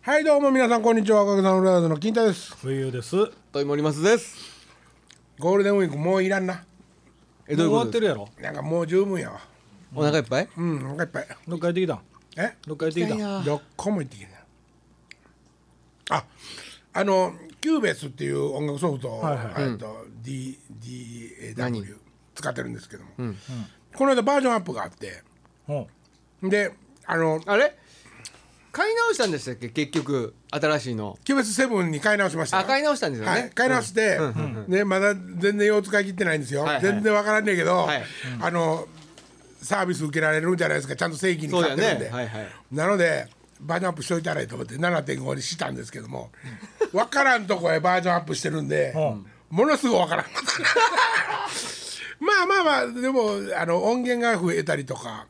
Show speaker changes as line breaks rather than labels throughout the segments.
はいどうも皆さんこんにちは赤毛さんフラダーズの金太です
冬です。
問い森松です
ゴールデンウィークもういらんな
終
えどういう
わ
こ
って
とです
るやろ。
なんかもう十分やわ
お腹いっぱい
うんお腹いっぱい
どっか帰ってきたん。
え
どっか帰ってきたん。
どっこも行ってきてないああのキューベースっていう音楽ソフトを、
はいはい
えっと D DAW
何
使ってるんですけども、この間バージョンアップがあって
うん。
であの
あれ買い直したんでしたっけ結局新しいの
キューベースセブンに買い直しました
あ買い直したんですよね、
はい、買い直して、ね、まだ全然用使い切ってないんですよ、
はいはい
全然わからんねんけど、
はい
あのサービス受けられるんじゃないですかちゃんと正規に
そう
買
だ
っ
よ
てるんで、
ねはいはい
なのでバージョンアップしといたらいいと思って7.5にしたんですけどもわからんとこへバージョンアップしてるんで、
ん
ものすごいわからん まあまあまあでもあの音源が増えたりとか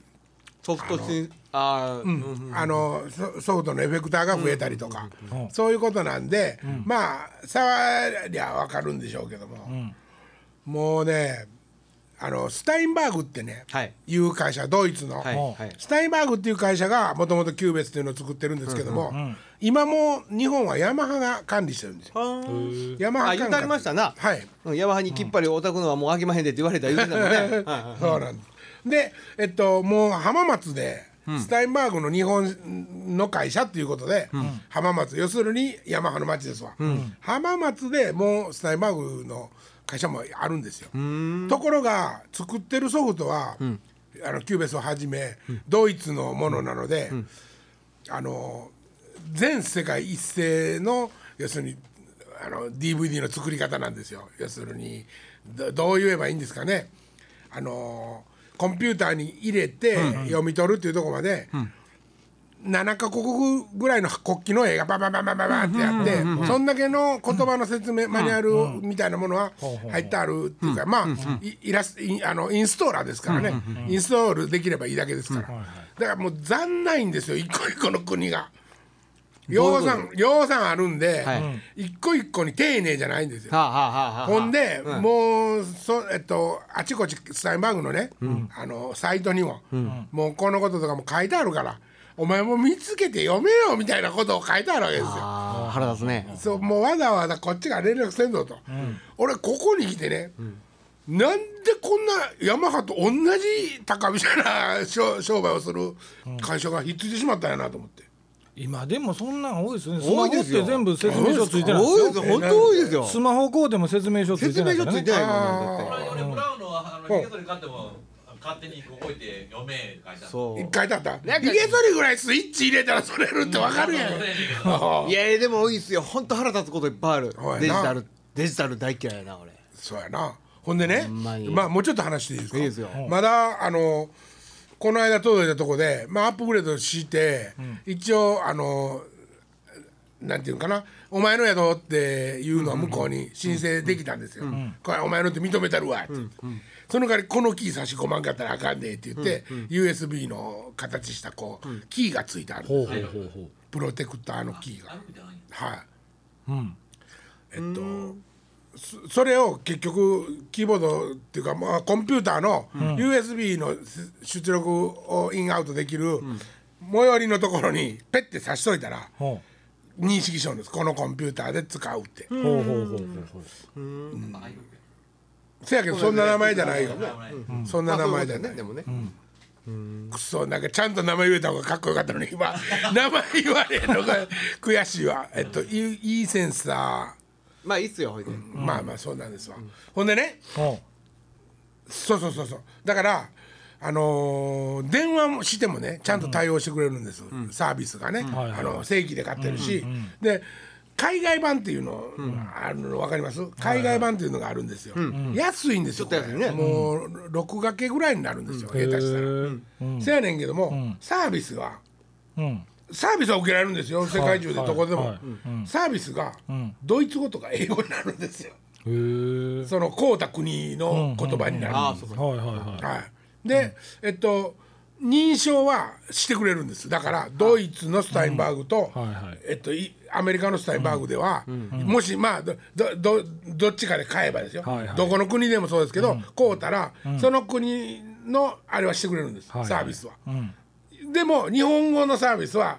ソフトしあーうん
あのソソフトのエフェクターが増えたりとか、
うんうん
そういうことなんで、まあ触りゃ分かるんでしょうけども、もうねあのスタインバーグってね、
はい
いう会社ドイツの、
はい
もう
はい
スタインバーグっていう会社がもともとキューベスっていうのを作ってるんですけども、今もう日本はヤマハが管理してるんですよ。ヤマハ
あ
管
言
轄
うてありましたな
はい
うんヤマハにきっぱりお宅のはもうあげまへんでって言われた言うてたもんねはいは
そうなんです。で、えっと、もう浜松で、スタインバーグの日本の会社っていうことで、浜松要するにヤマハの町ですわ、浜松でもうスタインバーグの会社もあるんですよところが作ってるソフトは、あのキューベスをはじめ、ドイツのものなので、あの全世界一斉の要するにあの DVD の作り方なんですよ要するにどどう言えばいいんですかねあのコンピューターに入れて読み取るっていうところまで、7か国ぐらいの国旗の映画ババババババってやってそんだけの言葉の説明マニュアルみたいなものは入ってあるっていうかまあいイラスインあのインストーラーですからねインストールできればいいだけですからだからもう残ないんですよ一個一個の国が。量産量産あるんで
はい
一個一個に丁寧じゃないんですよ
あ。はあはあはあ
ほんで、もうそ、えっと、あちこちスタインバーグのね、あのサイトにも、もうこのこととかも書いてあるからお前も見つけて読めよみたいなことを書いてあるわけですよ。
あー腹立つね
そうもうわざわざこっちが連絡せんぞと、俺ここに来てね、なんでこんなヤマハと同じ高飛車な商 商売をする会社がひっついてしまったんやなと思って。
今でもそんなん多いですね。スマホ
多
っ
い
て
ですよ
全部説明書ついてない
多いですよ本当多いですよ
スマホこうでも説明書ついて
説
な
明
い
書
から
つ
ね
いて。ないもんなんだって
俺ブラウンのあのヒゲ剃り買っても勝手に動いて読め書いてある
そう
書いてあった。逃げ取りぐらいスイッチ入れたらそれるってわかるやん。
いやいやでも多いですよ本当腹立つこといっぱいある
おいな
デジタルデジタル大嫌いやな俺
そうやなほんでね
んまに
まあもうちょっと話していいですか
いいですよ
まだあのこの間届いたとこで、まあ、アップグレードして、一応あのなんていうのかなお前のやぞっていうのは向こうに申請できたんですよ、これお前のって認めたるわって言って、その代わりこのキー差し込まんかったらあかんでって言って、USB の形したこう、キーがついてあるんですよプロテクターのキーが。はい、えっとそそれを結局キーボードっていうか、まあ、コンピューターの USB の出力をインアウトできる最寄りのところにペッて差しといたら
ほ
認識しようんですこのコンピューターで使うって
うほうほうほうほう。
せやけどそんな名前じゃないよそんな名前じゃ
ま
な
あそういうことね
い
でもね
くそなんかちゃんと名前言えた方がかっこよかったのに 今名前言われるのが悔しいわえっといいいいセンサ
まあいいっすよほいで
ーまあまあそうなんですわほんでね
ほ
そうそうそうそうだからあのー電話もしてもねちゃんと対応してくれるんです、サービスがね、
はいはい
あの正規で買ってるし、で海外版っていうのあるの分かります海外版っていうのがあるんですよ、安いんですよ
ちょっと安いね
これもう6掛けぐらいになるんですよ、
う。
下手したら、
うん
せやねんけども、サービスは
うん。
サービスは受けられるんですよ世界中で
はい
どこでも、
はいうん
サービスが
ん
ドイツ語とか英語になるんですよ
へえ。
そのこうた国の言葉になるんですよ
ああそうか
はいはいはい。
はい、で、えっと認証はしてくれるんですだからドイツのスタインバーグと、
うんはいはい
えっと、いアメリカのスタインバーグでは、もしまあどどどどっちかで買えばですよ、
はいはい
どこの国でもそうですけど、こうたら、その国のあれはしてくれるんです、
はいはい
サービスは。
うん。
でも日本語のサービスは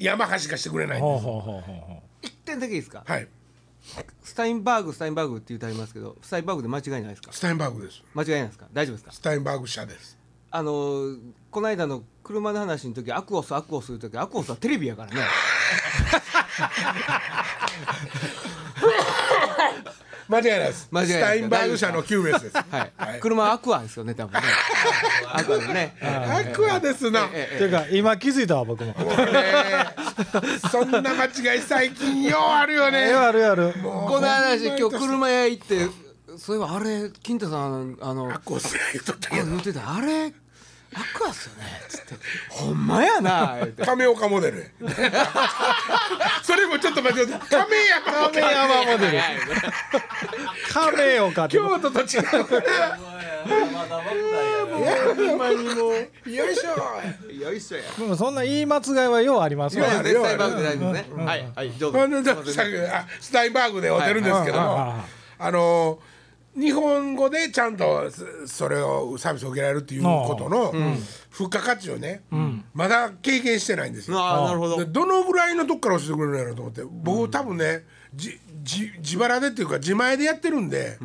ヤマハしかしてくれないん
ほう
です。
ほうほうほうほ
一点だけいいですか
はい、
スタインバーグスタインバーグって言うてありますけどスタインバーグで間違いないですか
スタインバーグです。
間違いないですか大丈夫ですか
スタインバーグ社です。
あのーこの間の車の話の時アクオスアクオスいう時アクオスはテレビやからね
間違いないです。
間違いない
スタインバーグ社のキューベースです。
はい、
はい
車はアクアですよね多分ねアクアのね
アクアですな。
え
うて
え
か今気づいたわ僕も
ねそんな間違い最近ようあるよ
ええ
ね。
あるある
この話今日車屋行ってそういえばあれ金太さんあの
アクオスが言うとったけど。
言ってたあれアクアっすよねつってほんまやな言うて
亀岡モデル。 それもちょっと待ってください。亀山。
亀山モデル亀を買って
京都と違う。
まだ若いやな
よいしょ。
よいしょや
でもそんな言い間違いはようあります
よ
わ
うある
絶対バグで大丈夫ですねはいはい上
あ
手
のだからさあスタインバーグで会うてるんですけども、
はいはいはいはい
あの日本語でちゃんとそそれをサービスを受けられるっていうことの付加価値をね、まだ経験してないんですよ。
ああなるほど
でどのぐらいのとこから教えてくれるのやろうと思って僕多分ねじじ自腹でっていうか自前でやってるんで、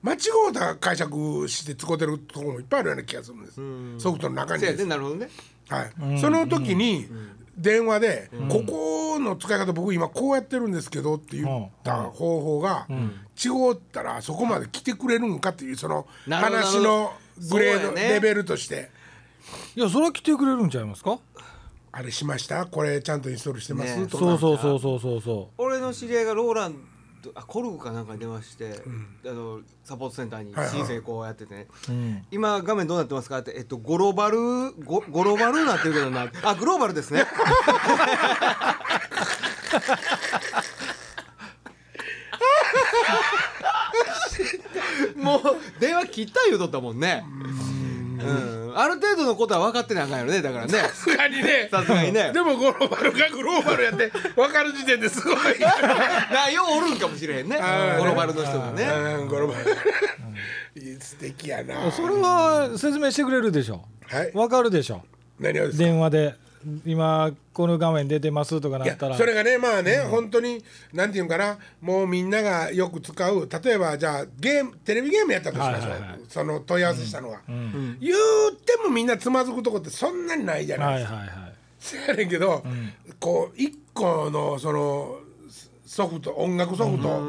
間違うた解釈して使ってるところもいっぱいあるような気がするんです、ソフトの中に
せ
で
や
す
でなるほどね
はい、その時に電話で、ここの使い方僕今こうやってるんですけどって言った方法が、違ったらそこまで来てくれるんかっていうその
なるほど
話のグレー
そ
ド、
うやね
レベルとして
いやそれは来てくれるんちゃいますか
あれしましたこれちゃんとインストールしてます、
ね
とか
そうそうそうそうそうそ
俺の知り合いがローランドあコルグかなんかに電話して、あのサポートセンターに
はいはい
申請こうやってて、ね
う、うん、
今画面どうなってますかってえっとゴロバルゴゴロバルなってるけどなあグローバ ルですねもう電話切った言うとったもんねうんある程度のことは分かってないあかんやろね だからね
さすがにね
さすがにね
でもグローバルがグローバルやって分かる時点 ですごい
なようおるんかもしれへんね
あー
ゴロバルの人がね
うんグローバル素敵やな
それは説明してくれるでしょ
はい
わかるでしょ
何をですか
電話で今この画面出てますとか
い
な
や
ったら
それがねまあね、本当になんていうんかなもうみんながよく使う例えばじゃあゲームテレビゲームやったとしましょう、
はいはいはい
その問い合わせしたのは、言うてもみんなつまずくとこってそんなにないじゃないで
はい
すか。
はいはい
せやねんけど、こう一個のそのソフト音楽ソフト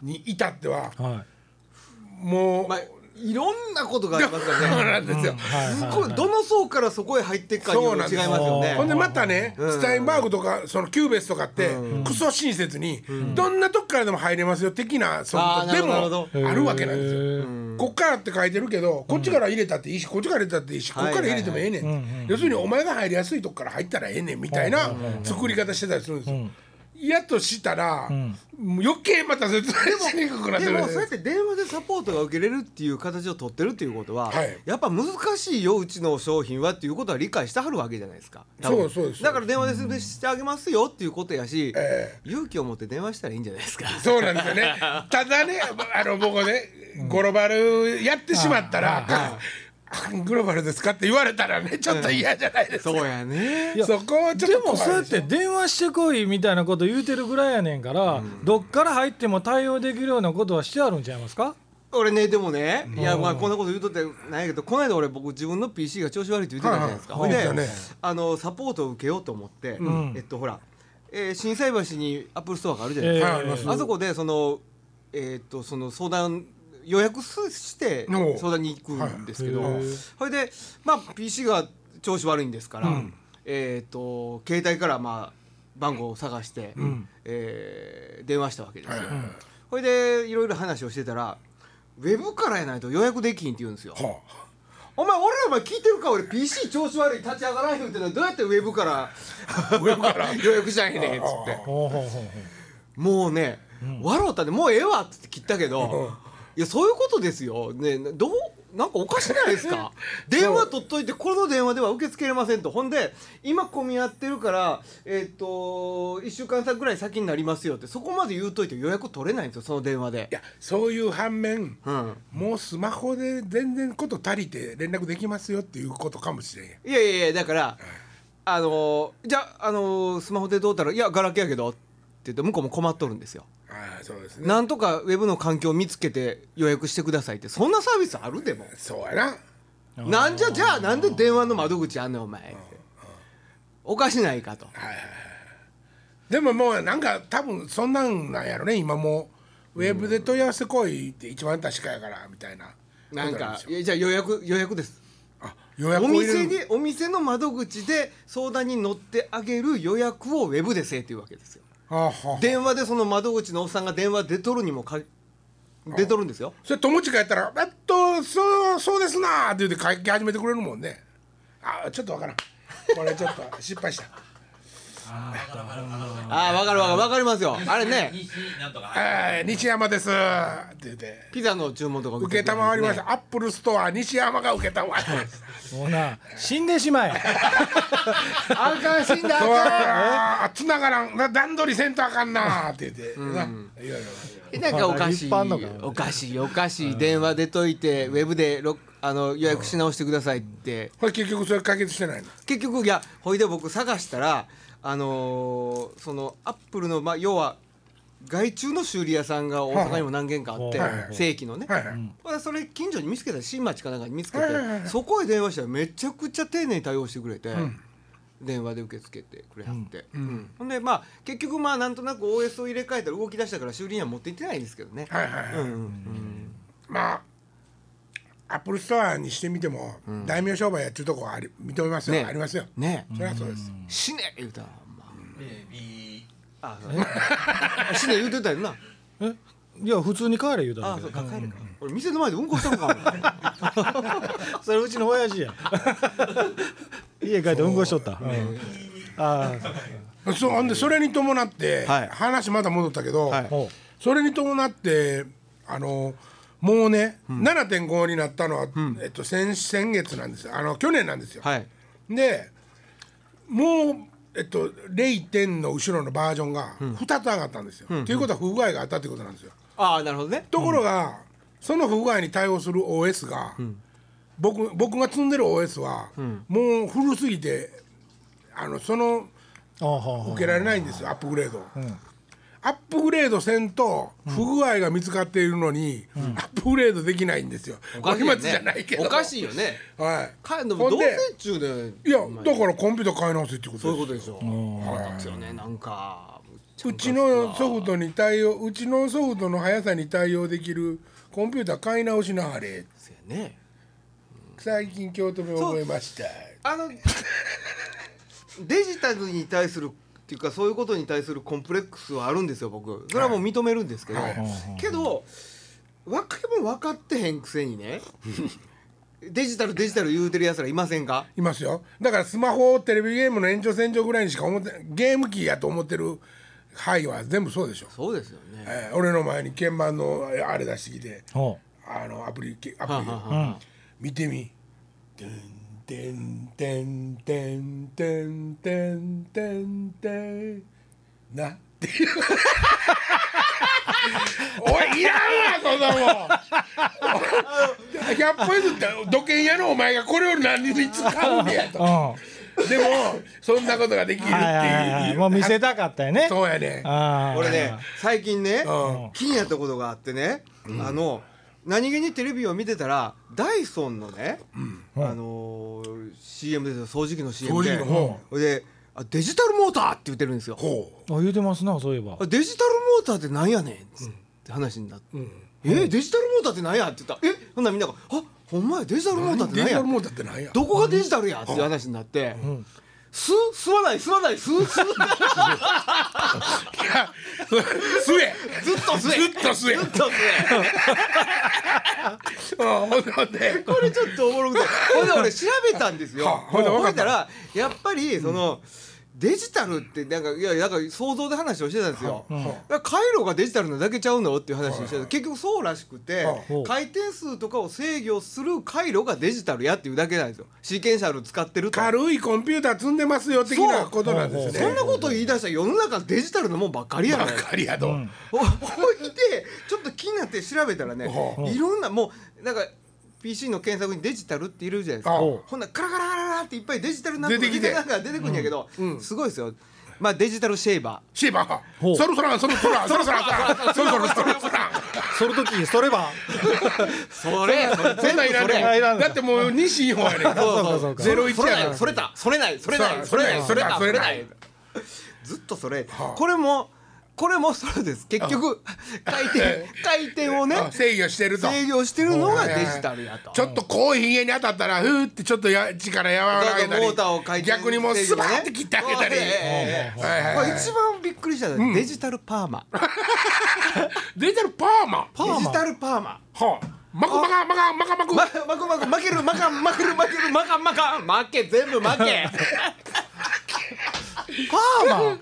に至っては、
は
もう、
まあ、いろんなことがありますから
そう
ね。
なんですよ。
い
すごい、どの層からそこへ入っていくかによって違いますよ
そ
ほ
うん
ね。
でまたね、スタインバーグとかそのキューベスとかって、クソ親切に、どんなとこからでも入れますよ的なソフトで
あーなるほど
もあるわけなんですよ。こっからって書いてるけどこっちから入れたっていいしこっちから入れたっていいしこっから入れてもええねん、要するにお前が入りやすいとこから入ったらええねんみたいな作り方してたりするんですよ。やとしたら、もう余計また説明しにくくなって
で
くる
も
じ
そ
ゃ
う
ないです
やっ
か
て電話でサポートが受けれるっていう形を取ってるっていうことは、
はい
やっぱ難しいようちの商品はっていうことは理解してはるわけじゃないですか多分
そうそうです
だから電話で説明してあげますよっていうことやし、
え
勇気を持って電話したらいいんじゃな いですか
そうなんですよね。ただね、あの僕ね、ゴロバルやってしまったら、あグローバルですかって言われたらね、ちょっと嫌じゃないですか。
そうやね
いや
そこはち
い
ょっ
で
と
もそうや
怖い
っ
です
て
よ
電話してこいみたいなこと言うてるぐらいやねんから、どっから入っても対応できるようなことはしてあるんちゃいますか
俺ねでもね、いやまあこんなこと言うとってないけどこの間俺僕自分の PC が調子悪いって言ってたじゃないですか、
はいはい
ほんで、
言ってた
あのサポートを受けようと思って、
ん
えっとほら、えー、震災橋にアップルストアがあるじゃない
え
です
ー
か、
はいあります
あそこでそのえーっとその相談予約すして
おう
相談に行くんですけど、
はいへ
それでまあ PC が調子悪いんですから、えーっと携帯からまあ番号を探して、えー電話したわけですよ。
はいはいはい
それでいろいろ話をしてたらウェブからやないと予約できひんって言うんですよ。
は
お前俺らお前聞いてるか俺 PC 調子悪い立ち上がらへんってのはどうやってウェブから ウェブから 予約しなへんねんっつって
ほうほうほうほ
もうね、笑ったねもうええわっつって切ったけど、いやそういうことですよねどうなんかおかしくないで すか電話取っといてこの電話では受け付けれませんとほんで今混み合ってるからえっ、と1週間先ぐらい先になりますよってそこまで言うといて予約取れないんですよその電話で
い。や、そういう反面、
うん
もうスマホで全然こと足りて連絡できますよっていうことかもしれんやん。
いやいやいやだからあのーじゃあ、あのースマホでどうたらいやガラケーやけどって言って向こうも困っとるんですよ、
ああそうですね
なんとかウェブの環境を見つけて予約してくださいってそんなサービスあるでも
そうやな
なんじゃじゃあなんで電話の窓口あんねんお前っておかしないかと
でももうなんか多分そんなんなんやろね今もうウェブで問い合わせ来いって一番確かやからみたいな
なん
こと
か
でしょ
いやじゃあ予約予約です
あ予約
お
を入れる
店でお店の窓口で相談に乗ってあげる予約をウェブでせえっていうわけですよ
あはは
電話でその窓口のおっさんが電話出とるにもか出とるんですよ
それ友近やったら「えっとそうそうですな」って言って書き始めてくれるもんねあちょっとわからんこれちょっ と失敗した
ああ分かる分かる分かりますよあれね
西なんとか
「えー、西山です」って言って
ピザの注文とか
「承りましたたアップルストア西山が承りました」
もうな死んでし まえ
あかん死んだ
う
あかん
わー繋がらんな段取りせんとあかんな」って言ってないやいや
なんかおかしい
一般のか
おかしいおかしい電話出といてウェブでロあの予約し直してくださいって
これ結局それ解決してないの
結局いやほいで僕探したらあのーそのアップルのまあ要は外注の修理屋さんが大阪にも何軒かあって
はい
はい
正規のね
はいはい
ほらそれ近所に見つけた新町かなんかに見つけ
はいはいはい
てそこへ電話したらめちゃくちゃ丁寧に対応してくれて、電話で受け付けてくれはって、うんほんでまあ結局まあなんとなく OS を入れ替えたら動き出したから修理には持っていってないんですけどね、
はいはいはい、
うんうん
まあアップルストアにしてみても、大名商売やってるとこはあり認めますよ、
ね
ありますよ
ね
それはそうです、
死ね言うたら、ま
でビー
あ、あそう ね死ね言うてたよな
えいや普通に帰れ言うた
あ
だけ
そう
で
か帰るか俺店の前でうんこしたのかも
それうちの親父や 家帰ってうんこしとった、うんああ
そうほんでそれに伴って、
はい
話まだ戻ったけど、
はい
おう
それに伴ってあのもうね、7.5になったのは、えっと、先先月なんですよあの去年なんですよ、
はい
でもう、えっと、0. 点の後ろのバージョンが2つ上がったんですよ、っていうことは不具合があったってことなんですよ
ああなるほどね
ところが、その不具合に対応する OS が、僕僕が積んでる OS は、もう古すぎてあのその
ああはあは
受けられないんですよアップグレード、アップグレードせんと不具合が見つかっているのに、アップグレードできないんですよ
お
こ
か
れ
しい
今
よ
じゃない
ね
けど
おかしいよね
はい
かで
ほ
も
ん
どう
で
せっちゅうで
いやだからコンピューター買い直せってことです
そう
よ
いうことでしょ腹立つよねなんか
うちのソフトに対応うちのソフトの速さに対応できるコンピューター買い直しなはれ
せやね
最近京都弁覚えました
あの デジタルに対するっていうかそういうことに対するコンプレックスはあるんですよ僕それはもう認めるんですけど、
はい
けど若いもん分かってへんくせに ねデジタルデジタル言うてるやつらいませんか
いますよだからスマホをテレビゲームの延長線上ぐらいにしか思ってゲーム機やと思ってる範囲は全部そうでしょ、
そうですよね
えー俺の前に鍵盤のえーあれ出してきて
おう
あのアプリアプ
はあ
リ
はあ
う
はあ
ん
見てみ「てんてんてんてんてんてんてんてん」なっていうおいいらんわそんなもん100歩譲って土建屋のお前がこれを何に使うんねやと
うん
でもそんなことができるっていう、
はいはいはいもう見せたかったよね
そうやね
ああ
俺ね最近ね
うん
気になったことがあってね、あの何気にテレビを見てたらダイソンのね、あのー CM ですよ掃除機の CM で
掃除機のほ
であデジタルモーターって言ってるんですよ
ほ
あ言うてますなそういえば
あデジタルモーターってなんやねんって話になって、えデジタルモーターってなんやって言ったらえほんならみんなが「あほんまやデジタル
う
モーターって
デ
なん
ジタ
や
ルモーターってなんや
どこがデジタルや」っていう話になって「吸う吸わない吸わない吸う吸う
いやそ吸え
ずっと吸え
ずっと吸え
ずっと吸え」
うんほんでほんで
これちょっとおもろくてほんで俺調べたんですよ
はあほんで分
覚
か
え
った
たらやっぱりその、デジタルってなんかいやなんか想像で話をしてたんですよ、
はあ
だから回路がデジタルなだけちゃうのっていう話をしてた、結局そうらしくて、
は
あ
回転数とかを制御する回路がデジタルやっていうだけなんですよシーケンシャル使ってると
軽いコンピューター積んでますよ的なことなんですね
そんなこと言い出したら世の中デジタルのもんばっかりや
ば
な
っ
い
かりやと、
ほいでちょっと気になって調べたらね
ほ
いろんなもうなんか PC の検索にデジタルっているじゃないです
あ
か
あ
ほんならカラカラカラカラっていっぱいデジタルなんとか
出てきて
なんか出てくるんやけど、すごいですよまあデジタルシェーバ
シェーバー
ほう
そろそろそろそろそろそろそろそろそろそろ
その時それば
ーそれそれ
そんなんいらんねん
いらんの
だってもう西日本やねん
そ
そ
う
う
そ
そうう
ゼロ一
それ
やか
ない
ら
それたそれないそれないそ
そ
れ
れ
ないそれた
そ
それ
れ
な
ないい
ずっとそれ
はあ
これもこれもそうです結局回転回転をね
あ制御してると
制御してるのがデジタルやと
ちょっとこうひげに当たったらふーってちょっとや力和らげた
モーターを回
り
転
逆にもうスバーって切ってあげたり
ええええ
はいはい
ま
は
あ
い
一番びっくりしたのはデジタルパーマ
デジタルパーマ
ーマ
デジタルパーマ
はあマクマカマカマカマク
ままくまく負ける負かん負ける負ける負かん負かん負け全部負け
パーマ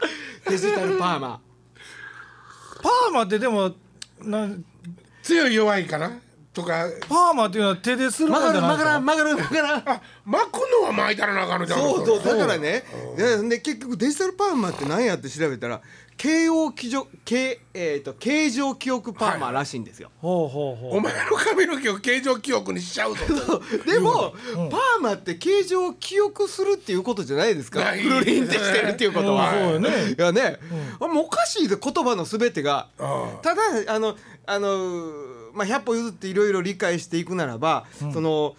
デジタルパーマ
パーマってでもなん
強い弱いかなとか
パーマっていうのは手でするもん
曲
じゃ
が
な
る
いの
曲がらん曲がる曲がらん
あ巻くのは巻いたらなあかんのじゃん
そうそうだからねでで結局デジタルパーマって何やって調べたら慶応記憶形えーと形状記憶パーマらしいんですよ、
ほうほうほ
お前の髪の毛を形状記憶にしちゃうぞ
でも、パーマって形状を記憶するっていうことじゃないですか
ない
くるりんってしてるっていうことは、
うんそうよね
いやね、あもうおかしいで言葉の全てが
あ
ただあのあのまあ100歩譲っていろいろ理解していくならば、その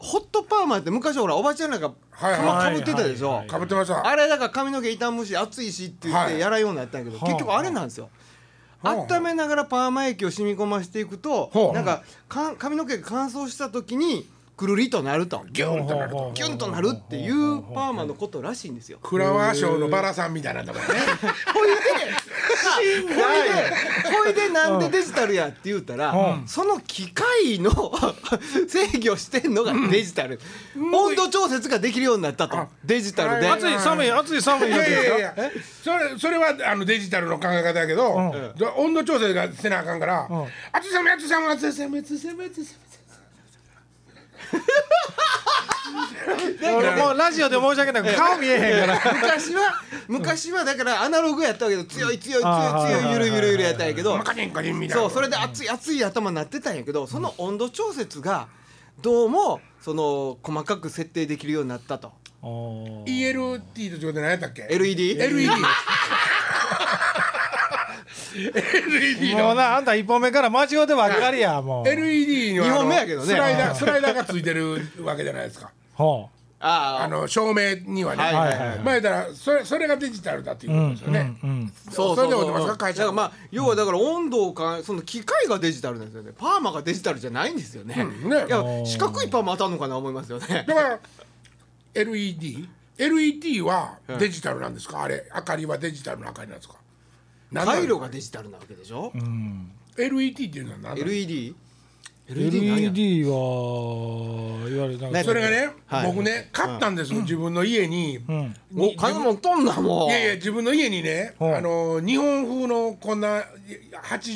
ホットパーマって昔ほらおばちゃんなんかか
はいはい
ぶってたでしょ、
はいはい
かぶってました
あれだから髪の毛傷むし熱いしって言っ
は
て
い
やらんようになったんやけど、
はあ
結局あれなんですよ。
はあ
温めながらパーマ液を染み込ませていくと、
はあ
なんかかん髪の毛が乾燥した時にくるりとなると
ギュンとなると
キュンとなるっていうパーマのことらしいんですよ。
フラワーショーのバラさんみたいなとこやね
ほいでほいでほいでなんでデジタルやって言うたら、
うん
その機械の 制御してんのがデジタル、温度調節ができるようになったと
あ
デジタルで
あれ
暑い寒い暑い寒い
い
や
やい
つで
や
す
い
か
やいやそれそれはあのデジタルの考え方やけど、温度調整がせなあかんから
うん
「暑さめ暑さめ暑さめ暑さめ暑さ
俺もうラジオで申し訳なく顔見えへんから
昔は昔はだからアナログやったわけど強い強い強い
あー
強いゆる
はいはいはい
ゆるゆるやったんやけど
めカチンカチン」みたいな
そうそれで熱い熱い頭になってたんやけどその温度調節がどうもその細かく設定できるようになったと
ELT と違うて何やったっけ
LED?
LED LED
もう
の
なあんた一本目から間違うてばっかりやもう
LED にはあの
二本目やけどね
スライダースライダーがついてるわけじゃないですか
ほう
あ
あ
あ
の照明にはね、
はいはいはい
はい
前だからそれそれがデジタルだっていうことですよね、
うんうんうん
そ
そ
うそう
れで
そ
合
う
ってますか
だ
会
か
社
らまあ要はだから温度をかその機械がデジタルなんですよねパーマがデジタルじゃないんですよね,、
んね
いや四角いパーマ当たるのかな思いますよね
だから LED LED はデジタルなんですか、あれ明かりはデジタルの明かりなんですか何な
回
ん
路がデジタルなわけでしょ、
LED っていうのは何なの
LED? LED なんや
LED はいわゆるなんか
それがね、
はい
僕ね買ったんですよ、自分の家に、
ん
お金持っとんなもう
いやいや自分の家にね、
うん
あの日本風のこんな8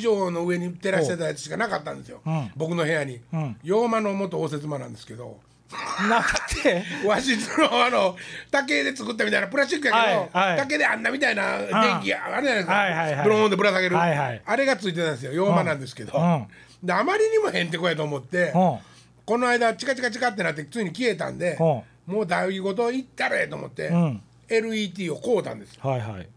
畳の上に照らしてたやつしかなかったんですよ、
ん
僕の部屋に、
ん
洋間の元応接間なんですけど
なくて
和室のあの竹で作ったみたいなプラスチックやけど、
はいはい
竹であんなみたいな電気あるじゃないですか、
はいはいはい
ブローンでぶら下げる、
はいはい
あれがついてたんですよ洋間なんですけど、
うん
であまりにもへんてこやと思って、
ほ
この間チカチカチカってなってついに消えたんで、
うん
もう台ごと行ったれと思って、
うん
LED を買うたんです
うはいはい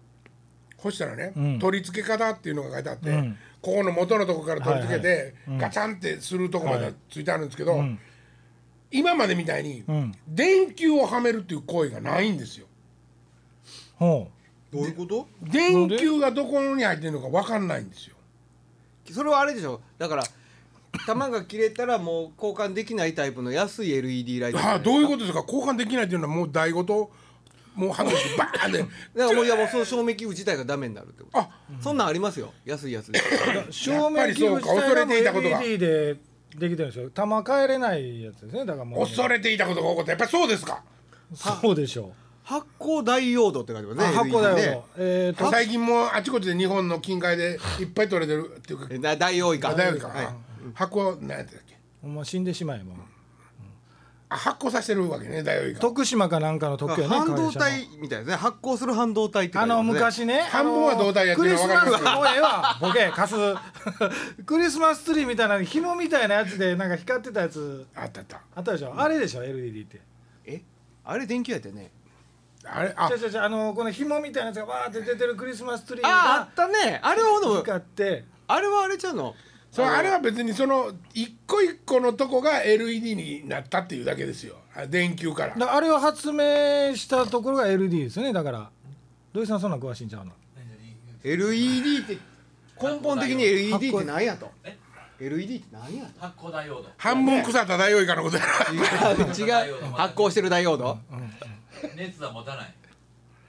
そしたらね、
ん
取り付け方っていうのが書いてあって、
うん
ここの元のとこから取り付けて、
はいは
ガチャンってするとこま
は
で
い
ついてあるんですけど、
ん
今までみたいに、
ん
電球をはめるっていう行為がないんですよ。
ほ
どういうこと
電球がどこに入ってるのか分かんないんですよ。
それはあれでしょだから玉が切れたらもう交換できないタイプの安い LED ライト
はあ、どういうことですか交換できないっていうのはもう台ごともう外してバーンで
だからもういやもうその照明器具自体がダメになるってこと
あ
そんなんありますよ安いやつで
う照明器具自
やっぱりそうか恐
体
れ
が
ていたことが
LED でできてるんですよ玉変えれないやつですねだからもう
恐れていたことが起こったやっぱりそうですか
そうでしょ
発光ダイオードって書いてます
う
ね
あ箱だ
LED
よえっと
最近もうあちこちで日本の近海でいっぱい取れてるっていうか
ねダダイオウイカ
ダイオウイカ、
はい
箱なんやったっけ
お前死んでしまえば
あ発酵させてるわけねダイオウイカ
徳島かなんかの特許やね
半導
会社の
体みたいですね発光する半導体って書いて
あ
ます
の
ね
昔ね
半分は胴体やって
ク
る
リ
の
ス
分
マ
か
ス
り
も
ますよ
うええわボケカス クリスマスツリーみたいな紐みたいなやつでなんか光ってたやつ
あったあった
あったでしょ、あれでしょ LED って
えあれ電気やったよね
あれあ
違う違う違うあのこの紐みたいなやつがわーって出てるクリスマスツリー
ああ
が
ったねあれはほんと
光って
あれはあれちゃうの
それあれは別にその一個一個のとこが LED になったっていうだけですよあ電球から
だからあれを発明したところが LED ですよねだから土井さんそんなん詳しいんちゃうの
LED って根本的に LED って何やと
え
LED って何やと
発光ダイオード
半分腐ったダイオウイカのことや
違う
違う
発光してるダイオード
熱は持たない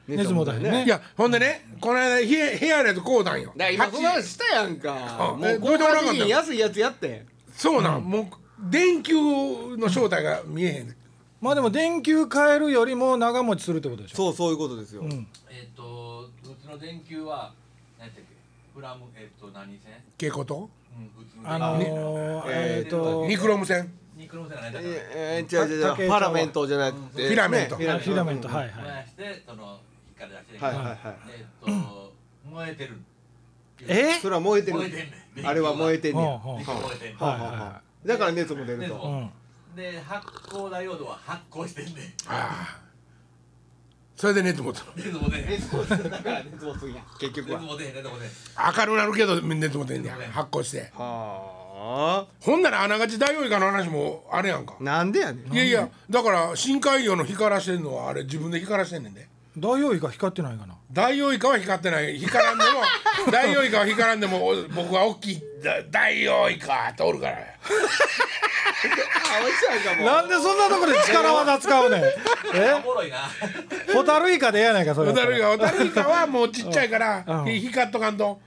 熱もだよね
いやほんでねこの間部屋のやつこうなんよ
だから今
八
そんなのしたやんかも
え
う
どうし
こん
てもな
な
かった
時に安いやつやって
そうなん、もう電球の正体が見えへん、
まあでも電球変えるよりも長持ちするってことでしょ
そうそういうことですよ
ん
えっとうちの電球は何やったっけフラムえっと何線
蛍光灯
うんうちの電球
あのー、えっ、と
ニクロム線
ニクロム線が何やったか
えー違う違う
竹内さ
違う
ん
パ
は
ラメントじゃなくてね
フィラメント
あフィラメント、
うん
はい
な
は
燃
い
やしてその火から出して
はいはいはい
えっと燃えてる
え
それは燃えてる
燃えてんねん
あれは燃えてんねや
ほうほう
肉燃えてんねん
は
はいい
は
はいい
は
はい。だから熱も出る
熱
と。
も
うん
で発光ダイオードは発光してんねん
ああそれで熱持つの
熱も出へん熱も出へん
だから熱もするやん。結局
熱
は。
も出へん熱も出へん
明るなるけど熱持てんねや発酵して
は
ほんならあながちダイオウイカの話もあれやんか
あ。なんでやねん。
いやいやだから深海魚の光らしてんのはあれ自分で光らしてんねんで
ダイオウイカ光ってないかな
ダイオウイカは光ってない光らんでもダイオウイカは光らんでもお僕は大きいダダイオウイカっておるから
あ、落ちちゃうかも。
なんでそんなところで力技使うねん
おもろいな
えホタルイカでええやないかそれ
ホ
やった
タ
ら
ルイカホタルイカはもうちっちゃいか
う
ら
ん
ひ光っとかんとも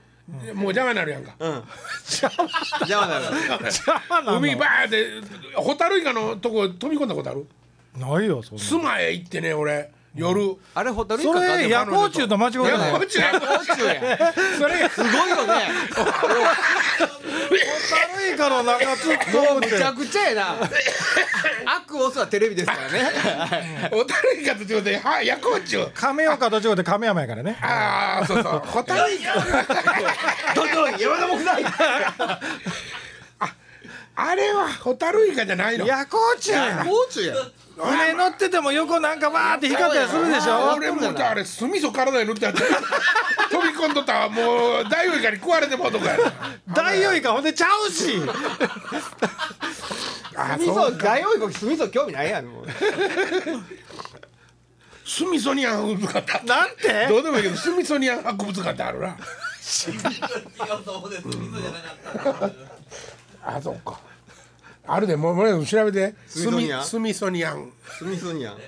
う邪魔になるやんか
邪魔なの。
邪魔なの
海バーってホタルイカのとこ飛び込んだことある
ないよそんな
妻へ行ってね俺夜
あれホタルイカ
そ
か
れ
でも
夜光虫と間違う
い
て
や
ない
こっちや
夜光虫や。
それ
すごいよね。
ホ タルイカの中突っ
も
込
う
む
む
って
ちゃくちゃやな。悪を押すはテレビですか らね。
ホタルイカと違っては夜光虫
亀岡と違うて亀山やからね
ああそうそうホタルイカ
どんどん山田もくない。
あれはホタルイカじゃないの
夜光虫や
光虫や。
船乗ってても横なんかわーって光ったりするでしょ
俺もじゃああれ酢味噌体に塗ってあ って飛び込んどったらもうダイオウイカに食われてもうとかや
ダイオウイカほんでちゃうし
あ
味噌大王国味噌興味ないや ん。もう
酢味噌にあん博物館ってあっ
なん
た
て
どうでもいいけど酢味噌にあん博物館ってあるな
違うと思うです水じゃなかった
あそっかあるでもうもう調べて
酢
酢
味噌
味
にあん
酢味噌にあん
酢味噌にやん。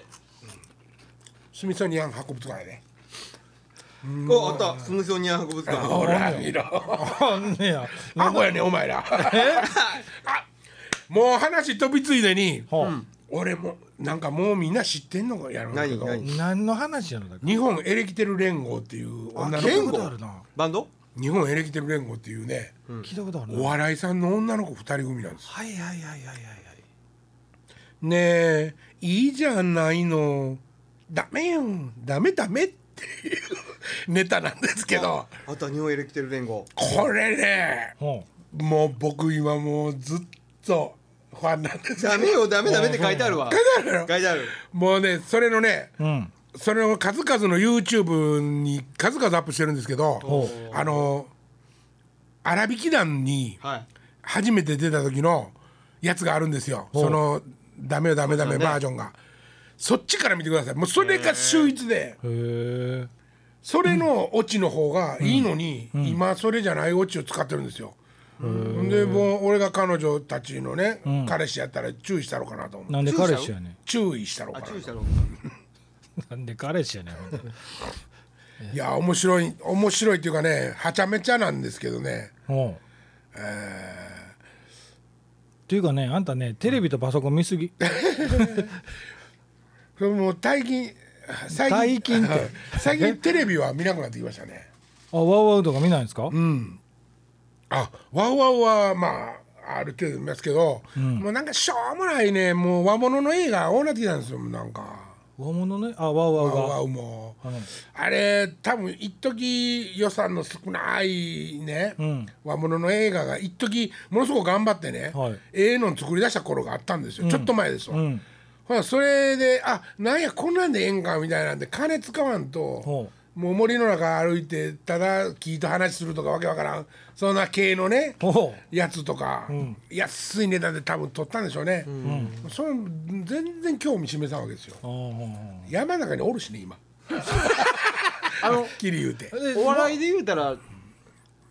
酢味噌にあん博物館やで
お、あった。酢味噌にやん博物館。
ほら見 ろ
ほんねや
アホやねお前ら あもう話飛びついでに
ほう
俺もなんかもうみんな知ってんのやろうけど
何何
何の話やのだから
日本エレキテル連合っていう女の
聞いた
あ
子
剣
こ
豪
とあるな
バンド？
日本エレキテル連合っていうね、
聞いたことあるな
お笑いさんの女の子2人組なんですよ
はいはいはいはいはいはい
ねえいいじゃないのダメよダメダメっていう ネタなんですけど
あとは日本エレキテル連合。
これね
ほ
もう僕今もうずっとファンなんです
ダメよダメダメって書いてあるわ。書いてある書いてある。
もうねそれのね
ううん
それを数々の YouTube に数々アップしてるんですけどあの荒引き団に
はい。
初めて出た時のやつがあるんですよその「ダメよダメダメ」バージョンがそっちから見てくださいもうそれが秀逸で
へえ
それのオチの方がいいのに、今それじゃないオチを使ってるんですよでもう俺が彼女たちのね、彼氏やったら注意したろうかなと思う
なんで彼氏やね
注意したろうか
あ
な
注意したろ。
んなんで彼氏やねんほんで
いや面白い面白いっていうかねはちゃめちゃなんですけどね
ほうっていうかねあんたねテレビとパソコン見すぎ
それもう最近最
最近って
最近テレビは見なくなってきましたね
あワウワウとか見ないんですか
あワウワウはまあある程度見ますけど、もうなんかしょうもないねもう和物の映画多なってきたんですよなんか。
和物ねあわうわう
ワウ
わ
ワウも、あれ多分一時予算の少ないね、
ん
和物の映画が一時ものすごく頑張ってね、
はい
ええの作り出した頃があったんですよ、ちょっと前ですわ、
うん
ほらそれであなんやこんなんでええんかみたいなんで金使わんと
ほ
もう森の中歩いてただ聞いた話するとかわけわからんそんな系のね
ほ
やつとか、安い値段で多分取ったんでしょうね、それ全然興味示さんわけですよ
ううん
山の中におるしね今
あ
は
の
っきり言うて
で
お笑いで言うたら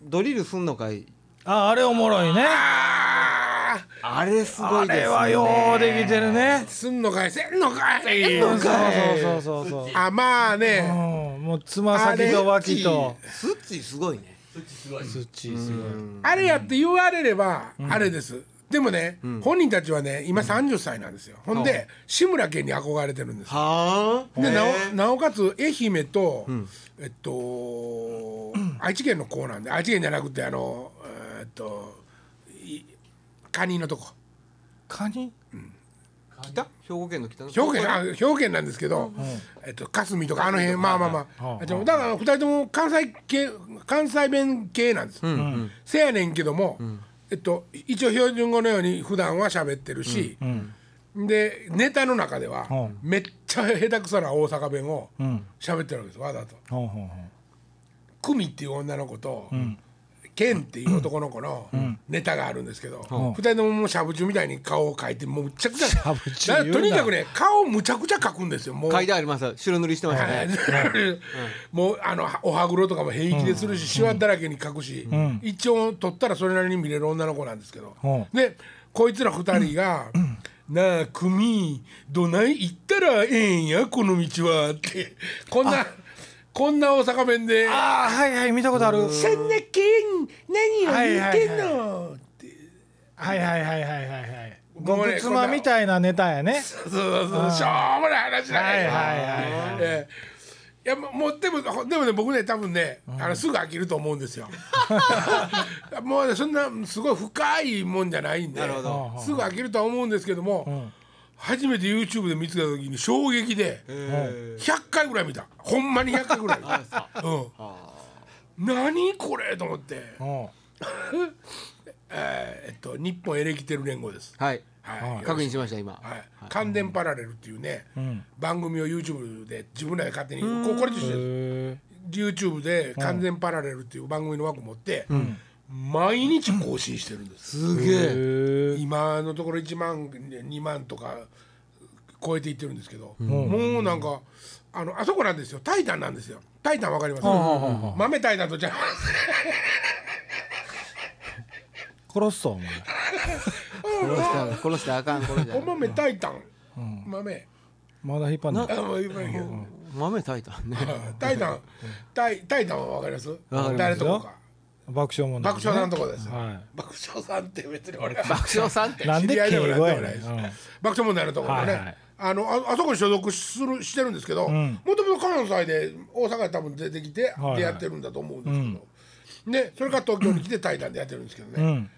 ドリルすんのかい
ああれおもろいね
あ
あれすご
あ
いです
れ
ね
はようできてるね
ーすんのかいせんのかい
そうそうそうそうそう
あまあ
うん
ね、
もうつま先と脇と
スッチーすごいね
そっちすごい
スッチーすごい
あれやって言われればあれです、でもね、本人たちはね今30歳なんですよ、ほんで志村けんに憧れてるんですよ
はあ
でなおなおかつ愛媛と、えっと、愛知県のコーナーで愛知県じゃなくてあのえっといカニのとこ
カニ
北兵庫県の北の
兵庫県あ兵庫県なんですけど、えっと霞とかあの辺まあまあまあ、
はいはい
でもだから二人とも関西系関西弁系なんです、せやねんけども、えっと一応標準語のように普段は喋ってるし、でネタの中では、
う
めっちゃ下手くそな大阪弁を
うん
喋ってるわけですわざと。
ほうほうほ
久美っていう女の子と、ケンっていう男の子のネタがあるんですけど、二人とももうしゃぶ中みたいに顔を描いてもうむちゃくちゃ
ゃぶ中
だから
言う
と
な
にかくね顔をむちゃくちゃ描くんですよもう
階段あります白塗りしてました
はい
ね
もうあのお歯黒とかも平気でするし、シワだらけに描くし、一応取ったらそれなりに見れる女の子なんですけど、
うん
でこいつら二人が「なあ組どない行ったらええんやこの道は」ってこんなこんな大阪弁で。
うああはいはい見たことある
そんなけん何を言ってんの、
はいはいはいはいはいはい
もうね
極妻みたいなネタやね
そうそうそうしょうもない話だね、
はいはいはいはい
ええいやもうもうでもでもね僕ね多分ね、あのすぐ飽きると思うんですよもうねそんなすごい深いもんじゃないんで
なるほど
すぐ飽きるとは思うんですけども、初めて YouTube で見つけた時に衝撃で
え
100回ぐらい見たほんまに100回ぐらい、うん、何これと思って、
うん
えーえっと日本エレキテル連合です
ーはい
はい、
確認しました今
はい、感電パラレルっていうね、番組を YouTube で自分らで勝手にここれと一緒です
へ
YouTube で「完全パラレル」っていう番組の枠持って、毎日更新してるんです、
すげえ
え
今のところ1万2万とか超えていってるんですけど、もうなんかあのあそこなんですよ「タイタン」なんですよ「タイタン」わかります、豆タイタンとちゃいます
殺すぞお前
殺したら殺したらあかん殺したら
お豆タイタン、豆
まだ引っ張んない
あもう言わないけど
豆炊いたね
タイタンタイタイタンはわかります
かりますよ
誰とこか
爆笑問題
爆笑さんとこです、
は
爆笑さんって別に俺
爆笑さんって
いなんで
知り合い
敬
でも
語や
な
ね
んで
ん
も
うん
爆笑問題のところでね、
はいはい
あのああそこに所属するしてるんですけどもともと関西で大阪で多分出てきて、
はい
でやってるんだと思うんですけど、でそれから東京に来て対談でやってるんですけどね、
うん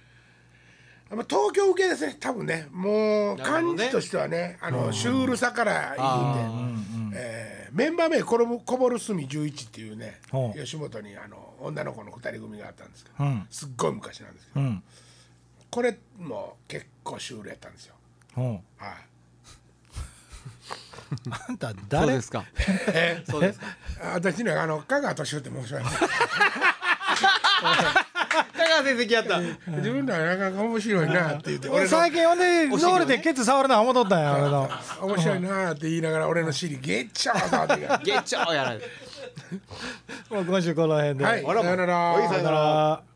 まあ東京受けですね多分ねもう
なるほど
感
ね
じとしてはねあのシュールさから言うて。えーメンバー名こぼこぼるすみ11っていうね
ほう
吉本にあの女の子の2人組があったんですけど、
うん
すっごい昔なんですけど、
うん
これも結構シュールやったんですよ。
うん
はい、
あんた
そう
誰
ですかそうですか
私ねあの香川敏夫って申します
高川先生来やった
自分らはなかなか面白いなって言って
俺
俺の
最近ほんで
お尻を
道
ね
路でケツ触るのは思っとったんや俺の
面白いなって言いながら俺の尻ゲッチャー触ってきた
ゲッチョーやられて
もう今週この辺で
はいさよなら
さよなら